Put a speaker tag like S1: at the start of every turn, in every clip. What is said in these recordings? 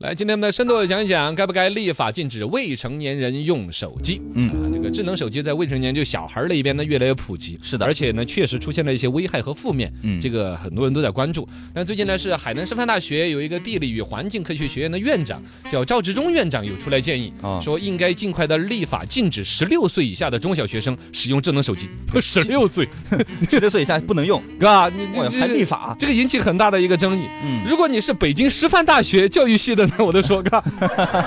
S1: 来，今天我们的深度地讲一讲，该不该立法禁止未成年人用手机？
S2: 嗯
S1: 啊，这个智能手机在未成年就小孩儿那一边呢越来越普及，
S2: 是的
S1: 而且呢确实出现了一些危害和负面，
S2: 嗯
S1: 这个很多人都在关注。但最近呢是海南师范大学有一个地理与环境科学学院的院长叫赵志忠院长有出来建议，
S2: 哦
S1: 说应该尽快的立法禁止十六岁以下的中小学生使用智能 手机。十六岁，
S2: 十六岁以下不能用，
S1: 啊，你
S2: 哇
S1: 这
S2: 还立
S1: 这
S2: 法？
S1: 这个引起很大的一个争议。
S2: 嗯，
S1: 如果你是北京师范大学教育系的呢，我都说 过，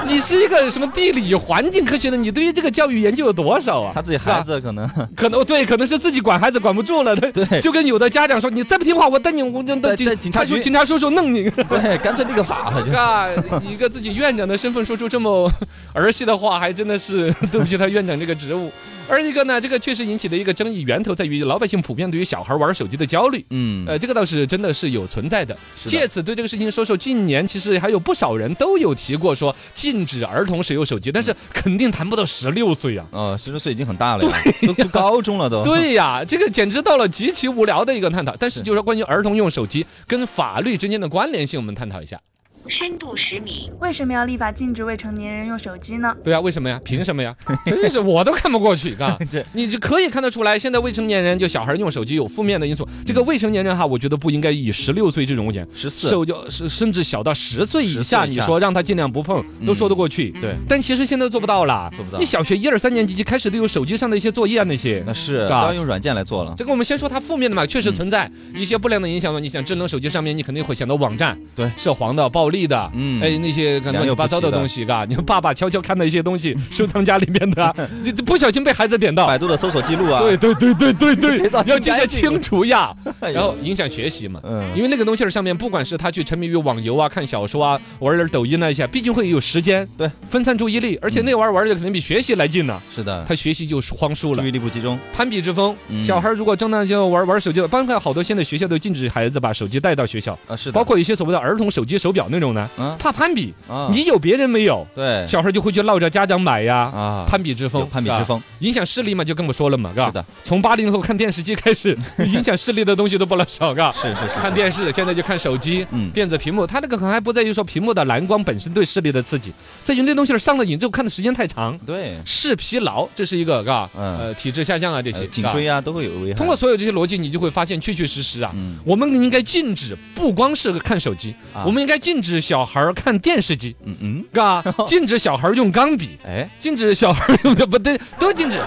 S1: 你是一个什么地理、环境科学的，你对于这个教育研究有多少啊？
S2: 他自己孩子可 能
S1: 可能对，可能是自己管孩子管不住了，
S2: 对
S1: 就跟有的家长说，你再不听话，我带你，我就
S2: 带
S1: 带
S2: 带警察
S1: 派出
S2: 局
S1: 警察叔叔弄 你。
S2: 对，干脆立个法就。
S1: 啊，以一个自己院长的身份说出这么儿戏的话，还真的是 对不起他院长这个职务。而一个呢，这个确实引起的一个争议源头在于老百姓普遍对于小孩玩手机的焦虑。
S2: 嗯，
S1: 呃，这个倒是真的是有存在的。
S2: 是的
S1: 借此对这个事情说说，近年其实还有不少人都有提过说禁止儿童使用手机，但
S2: 嗯
S1: 是肯定谈不到十六岁啊。
S2: 呃，十六岁已经很大了呀，都都高中了都。
S1: 对呀，这个简直到了极其无聊的一个探讨。但是就是说关于儿童用手机跟法律之间的关联性，我们探讨一下。
S3: 深度十米，
S4: 为什么要立法禁止未成年人用手机呢？
S1: 对呀，为什么 呀？凭什么呀？真是我都看不过去，嘎
S2: 对。
S1: 你就可以看得出来，现在未成年人就小孩用手机有负面的因素。这个未成年人哈，我觉得不应该以十六岁这种年
S2: 十四，
S1: 手就是甚至小到十岁以
S2: 10
S1: 下，
S2: 岁以
S1: 你
S2: 下
S1: 说让他尽量不碰，
S2: 嗯
S1: 都说得过去。
S2: 对，
S1: 但其实现在做不到啦，
S2: 做不到
S1: 你小学一二三年级就开始都有手机上的一些作业啊那些
S2: 那。是
S1: 啊
S2: 都要用软件来做了。
S1: 这个我们先说它负面的嘛，确实存在
S2: 嗯
S1: 一些不良的影响嘛。你想智能手机上面，你肯定会想到网站，
S2: 对
S1: 涉黄的、暴力的，
S2: 嗯
S1: 哎，那些可能乱七八糟的东西，嘎，你爸爸悄悄看的一些东 西，收藏夹里面的啊，你这不小心被孩子点到，
S2: 百度的搜索记录啊，
S1: 对，对对对对对
S2: 别到，
S1: 要
S2: 清
S1: 记得
S2: 干净
S1: 清除呀，
S2: 哎呦
S1: 然后影响学习嘛。
S2: 嗯，
S1: 因为那个东西儿上面，不管是他去沉迷于网游啊、看小说啊、玩点儿抖音啊一下，毕竟会有时间，
S2: 对，嗯
S1: 分散注意力，而且那玩儿玩儿的肯定比学习来劲呢、
S2: 是的，
S1: 他学习就荒疏了
S2: 嗯注意，力不集中。
S1: 攀比之风。
S2: 嗯
S1: 小孩儿如果正当就玩玩手机，包括好多现在学校都禁止孩子把手机带到学校，
S2: 啊，是的，
S1: 包括一些所谓的儿童手机手表那种呢，
S2: 啊
S1: 怕攀比，
S2: 啊，
S1: 你有别人没有，
S2: 对
S1: 小孩儿就会去闹着家长买呀，
S2: 啊，
S1: 攀比之
S2: 有
S1: 风，
S2: 攀比
S1: 是
S2: 之
S1: 吧，
S2: 风，
S1: 影响视力嘛，就更不说了嘛，是
S2: 是
S1: 吧？
S2: 的，
S1: 从八零后看电视机开 始，影响视力的东西都不老少，嘎。
S2: 是是是，
S1: 看电视，现在就看手机，
S2: 嗯
S1: 电子屏幕，它那个可能还不在于说屏幕的蓝光本身对视力的刺激，在于那东西儿上了瘾之后看的时间太长，
S2: 对，
S1: 视疲劳，这是一个，嘎，
S2: 嗯
S1: 呃，体质下降啊这些
S2: 呃，颈
S1: 嘎
S2: 椎啊都会有危害。
S1: 通过所有这些逻辑，你就会发现，确确实实啊，
S2: 嗯
S1: 我们应该禁止不光是看手机，
S2: 啊
S1: 我们应该禁止小孩儿看电视机，
S2: 嗯嗯，
S1: 嘎，禁止小孩儿用钢笔。
S2: 哎，
S1: 禁止小孩儿用的不对，都禁 止，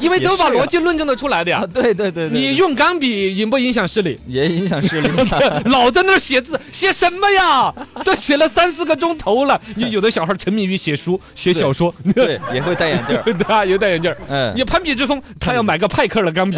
S1: 因为都把
S2: 也是啊
S1: 逻辑论证的出来的呀
S2: 啊，。对对对，对
S1: 你用钢笔影不影响视力？
S2: 也影响视力
S1: 老在那儿写字，写什么呀？都写了三四个钟头了。你有的小孩沉迷于写书、写小说，
S2: 对，也会戴眼镜儿，
S1: 他有戴眼镜儿。
S2: 嗯，
S1: 你攀比之风，他要买个派克的 钢笔，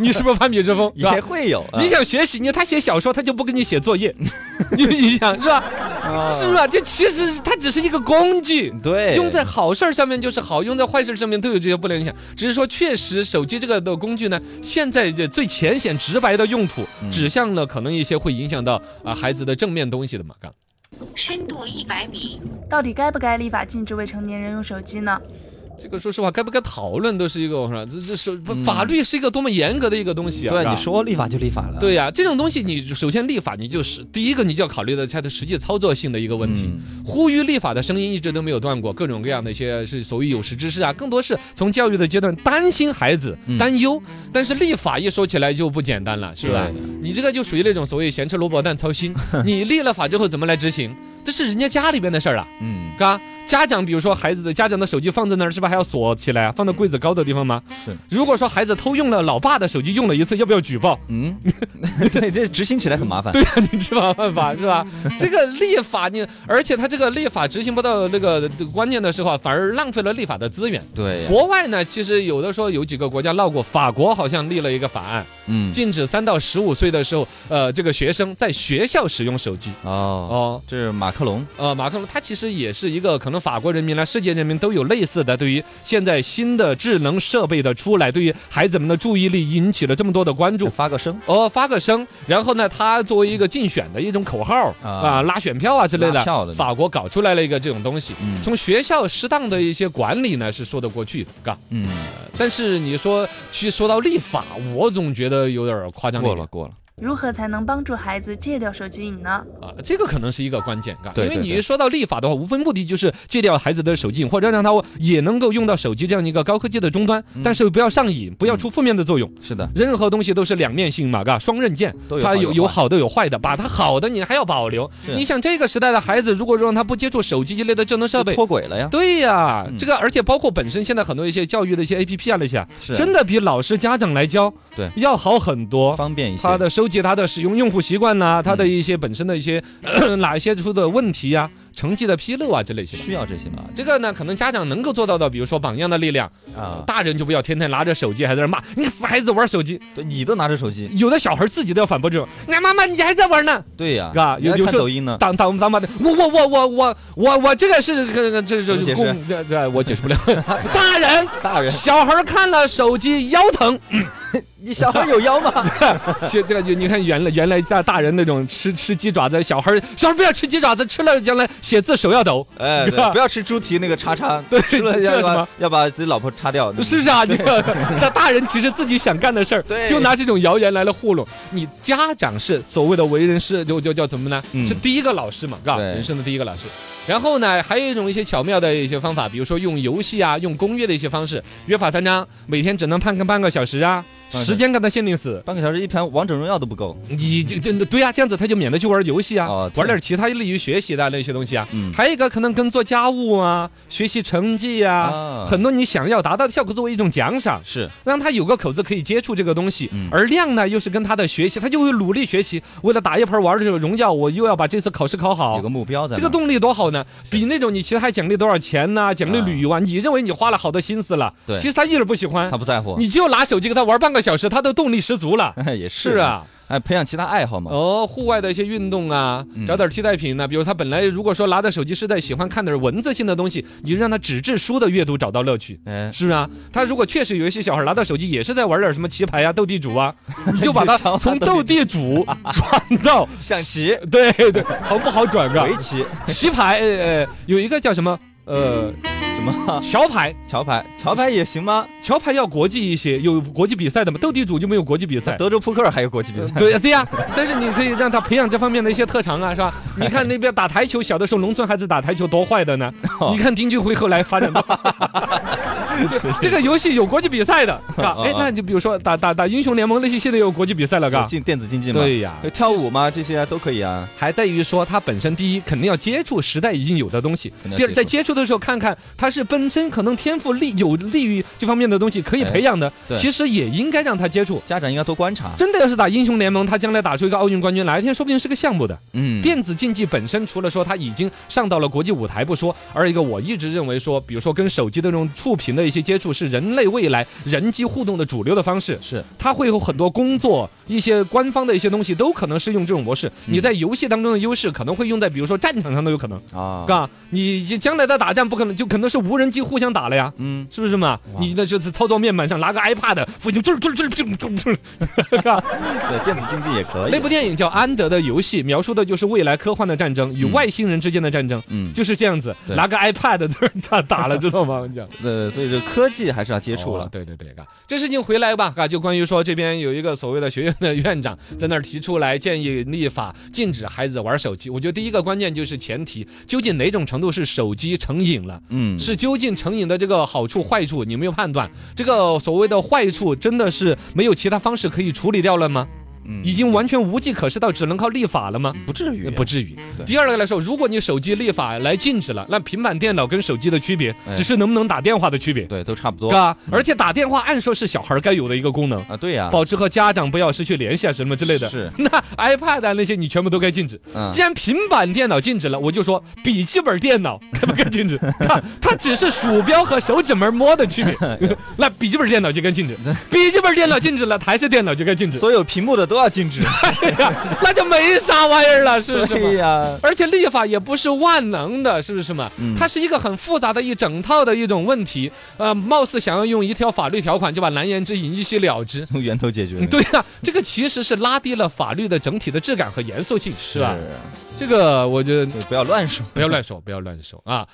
S1: 你是不是攀比之风？是吧
S2: 也？会有，嗯
S1: 你想学习，你他写小说，他就不给你写作业， 你你想是吧？
S2: 啊
S1: 是？吧？这其实它只是一个工具。
S2: 对，
S1: 用在好事儿上面就是好，用在坏事儿上面都有这些不良影响。只是说，确实手机这个的工具呢，现在这最浅显直白的用途，
S2: 嗯
S1: 指向了可能一些会影响到啊、孩子的正面东西的嘛。刚
S3: 深度一百米，
S4: 到底该不该立法禁止未成年人用手机呢？
S1: 这个说实话，该不该讨论都是一个我说这这是不
S2: 嗯
S1: 法律是一个多么严格的一个东西啊。是
S2: 对，
S1: 吧
S2: 你说立法就立法了，
S1: 对呀、这种东西你首先立法，你就是第一个你就要考虑到它的实际操作性的一个问题。
S2: 嗯
S1: 呼吁立法的声音一直都没有断过，各种各样的一些是所谓有识之士啊，更多是从教育的阶段担心孩子、
S2: 嗯
S1: 担忧。但是立法一说起来就不简单了，是吧
S2: 对？
S1: 你这个就属于那种所谓咸吃萝卜淡操 心，你立了法之后怎么来执行？这是人家家里边的事儿啊，
S2: 嗯，
S1: 嘎。家长，比如说孩子的家长的手机放在那儿，是不是还要锁起来啊？放到柜子高的地方吗？
S2: 是，
S1: 如果说孩子偷用了老爸的手机用了一次，要不要举报？
S2: 嗯， 对，这执行起来很麻烦，
S1: 对呀、你知道办法 是吧？这个立法你，而且他这个立法执行不到那个关键的时候啊，反而浪费了立法的资源。
S2: 对呀，
S1: 国外呢，其实有的说有几个国家闹过，法国好像立了一个法案，
S2: 嗯，
S1: 禁止三到十五岁的时候，呃，这个学生在学校使用手机。
S2: 哦，
S1: 哦，
S2: 这是马克龙，
S1: 呃，马克龙他其实也是一个可能们法国人民啦、世界人民都有类似的对于现在新的智能设备的出来，对于孩子们的注意力引起了这么多的关注。
S2: 发个声，
S1: 哦，发个声，然后呢，他作为一个竞选的一种口号
S2: 啊
S1: 啊、拉选票啊之类
S2: 拉
S1: 的
S2: 票的，
S1: 法国搞出来了一个这种东西。
S2: 嗯
S1: 从学校适当的一些管理呢，是说得过去的，嘎。
S2: 嗯，
S1: 但是你说去说到立法，我总觉得有点儿夸张一
S2: 过
S1: 点
S2: 了过了，
S4: 如何才能帮助孩子戒掉手机瘾呢？
S1: 啊，这个可能是一个关键，嘎
S2: 对
S1: 因为
S2: 对
S1: 你
S2: 对
S1: 一说到立法的话，无非目的就是戒掉孩子的手机瘾，或者让他也能够用到手机这样一个高科技的终端，
S2: 嗯
S1: 但是不要上瘾，不要出负面的作用。
S2: 是的，
S1: 任何东西都是两面性嘛，嘎，双刃剑
S2: 都，有
S1: 它
S2: 好有
S1: 有有
S2: 坏
S1: 好的有坏的，把它好的你还要保留。
S2: 是
S1: 你想这个时代的孩子，如果让他不接触手机一类的智能设备，
S2: 脱轨了呀，
S1: 对呀
S2: 嗯，
S1: 这个而且包括本身现在很多一些教育的一些 A P P 啊那些啊，
S2: 是
S1: 真的比老师家长来教
S2: 对
S1: 要好很多。
S2: 方便一嗯些，
S1: 它的收集、它的使用用户习惯呐、它的一些本身的一些、 哪一些出的问题呀、成绩的纰漏啊之类些。
S2: 需要这些嘛
S1: 这个呢，可能家长能够做到的，比如说榜样的力量，
S2: 啊，
S1: 大人就不要天天拿着手机还在那骂你个死孩子玩手机。
S2: 对你都拿着手机，
S1: 有的小孩自己都要反驳这种，那妈妈你还在玩呢？
S2: 对呀，
S1: 嘎
S2: 你还
S1: 有有
S2: 看
S1: 时候
S2: 抖音呢，
S1: 当当当妈的，我我我我我我我这个是这个这
S2: 怎么
S1: 这
S2: 解释
S1: 公这这我解释不了。 大人，
S2: 大人，
S1: 小孩看了手机腰疼。
S2: 你小孩有 腰吗？
S1: 是这个就你看原来原来家大人那种吃吃鸡爪子，小孩儿小孩儿不要吃鸡爪子，吃了将来写字手要抖，
S2: 哎，
S1: 是吧
S2: 对不要吃猪蹄那个叉叉，
S1: 对
S2: 吃了
S1: 这
S2: 要
S1: 这什
S2: 把
S1: 么
S2: 要把自己老婆叉掉，
S1: 是不是啊？你看， 那大人其实自己想干的事儿，
S2: 对
S1: 就拿这种谣言来了糊弄你。家长是所谓的为人师，就就叫怎么呢？
S2: 嗯
S1: 是第一个老师嘛，是吧？
S2: 对
S1: 人生的第一个老师。然后呢，还有一种一些巧妙的一些方法，比如说用游戏啊，用攻略的一些方式，约法三章，每天只能判个半个小时啊，
S2: 半个小时
S1: 时间给他限定死。
S2: 半个小时一盘王者荣耀都不够，
S1: 你这这对呀、这样子他就免得去玩游戏啊，
S2: 哦对
S1: 玩点其他利于学习的那些东西啊。
S2: 嗯
S1: 还有一个可能跟做家务啊、学习成绩啊。
S2: 啊
S1: 很多你想要达到的效果作为一种奖赏，
S2: 是
S1: 让他有个口子可以接触这个东西，
S2: 嗯
S1: 而量呢又是跟他的学习，他就会努力学习。为了打一盘玩这个荣耀，我又要把这次考试考好
S2: 有个，目标在那儿，
S1: 这个动力多好呢！比那种你其实还奖励多少钱呐、奖励
S2: 啊
S1: 旅游啊，你认为你花了好多心思了，
S2: 对
S1: 其实他一点儿不喜欢
S2: 他，不在乎，
S1: 你就拿手机给他玩半个小时，他的动力十足了。
S2: 也 是
S1: 是，啊，
S2: 哎，培养其他爱好嘛，
S1: 哦，户外的一些运动啊
S2: 嗯，
S1: 找点替代品呢、比如他本来如果说拿着手机是在喜欢看点文字性的东西，你就让他纸质书的阅读找到乐趣。
S2: 哎，
S1: 是啊，他如果确实有一些小孩拿到手机也是在玩点什么棋牌啊、斗地主 啊，你就把
S2: 你瞧
S1: 他
S2: 他
S1: 从斗地 主转到
S2: 象棋、
S1: 对对，好不好转啊
S2: 围？棋、
S1: 棋牌呃呃有一个叫什么呃
S2: 什么
S1: 桥牌，
S2: 桥牌，桥牌也行吗？
S1: 桥牌要国际一些，有国际比赛的嘛，啊斗地主就没有国际比赛。
S2: 德州扑克还有国际比赛，
S1: 对对呀、但是你可以让他培养这方面的一些特长啊，是吧？你看那边打台球，小的时候农村孩子打台球多坏的 呢。你看丁俊晖后来发展到，这啊这 个游戏有国际比赛的，是
S2: 啊
S1: 吧？哎，那就比如说打打打英雄联盟那些，现在有国际比赛了，嘎。
S2: 进电子竞技嘛，
S1: 对呀、
S2: 有跳舞嘛，这些都可以啊，
S1: 还在于说他本身第一肯定要接触时代已经有的东西
S2: 肯定，
S1: 第
S2: 要
S1: 二
S2: 接触
S1: 在接触的时候看看他是本身可能天赋利有利于这方面的东西可以
S2: 哎
S1: 培养的，
S2: 对
S1: 其实也应该让他接触。
S2: 家长应该多观察，
S1: 真的要是打英雄联盟，他将来打出一个奥运冠军，哪一天说不定是个项目的。
S2: 嗯，
S1: 电子竞技本身，除了说它已经上到了国际舞台不说，而一个我一直认为说，比如说跟手机的这种触屏的一些接触，是人类未来人机互动的主流的方式。
S2: 是
S1: 它会有很多工作、一些官方的一些东西都可能是用这种模式。
S2: 嗯
S1: 你在游戏当中的优势，可能会用在比如说战场上都有可能，
S2: 啊，
S1: 嘎，你将来的打仗不可能就可能是无人机互相打了呀。
S2: 嗯，
S1: 是不是嘛？你那就是操作面板上拿个 iPad，附近就是就是就是就是就是，是吧？
S2: 对，电子竞技也可以，
S1: 那部电影叫《安德的游戏》，描述的就是未来科幻的战争与
S2: 嗯
S1: 外星人之间的战争，
S2: 嗯，
S1: 就是这样子，
S2: 对
S1: 拿个 iPad 在这儿打了，知道吗？我跟你讲。
S2: 呃，所以这科技还是要接触
S1: 哦
S2: 了，
S1: 对对对，嘎，这事情回来吧，嘎，就关于说这边有一个所谓的学院的院长在那儿提出来建议立法禁止孩子玩手机。我觉得第一个关键就是前提，究竟哪种程度是手机成瘾了？
S2: 嗯，
S1: 是究竟成瘾的这个好处坏处，你没有判断。这个所谓的坏处，真的是没有其他方式可以处理掉了吗？
S2: 嗯
S1: 已经完全无计可施到只能靠立法了吗？
S2: 不至于，
S1: 不至于
S2: 对。
S1: 第二个来说，如果你手机立法来禁止了，那平板电脑跟手机的区别
S2: 哎，
S1: 只是能不能打电话的区别，
S2: 对，都差不多嗯
S1: 是吧？而且打电话按说是小孩该有的一个功能，
S2: 啊，对呀，
S1: 保持和家长不要失去联系啊什么之类的。
S2: 是，
S1: 那 iPad 啊那些你全部都该禁止。
S2: 嗯
S1: 既然平板电脑禁止了，我就说笔记本电脑 该不该禁止？它它只是鼠标和手指门摸的区 别，那笔记本电脑就该禁止。笔记本电脑禁止了，台式电脑就该禁止。
S2: 所有屏幕的都啊，禁 止。
S1: 那就没啥玩意儿了，是不是
S2: 对
S1: 嘛？
S2: 呀，
S1: 而且立法也不是万能的，是不是嘛？
S2: 嗯
S1: 它是一个很复杂的一整套的一种问题，呃，貌似想要用一条法律条款就把难言之隐一洗了之，
S2: 从源头解决。
S1: 对呀、这个其实是拉低了法律的整体的质感和严肃性，是吧？
S2: 是
S1: 这个我觉得
S2: 就不要乱说。
S1: 不要乱说，不要乱说啊！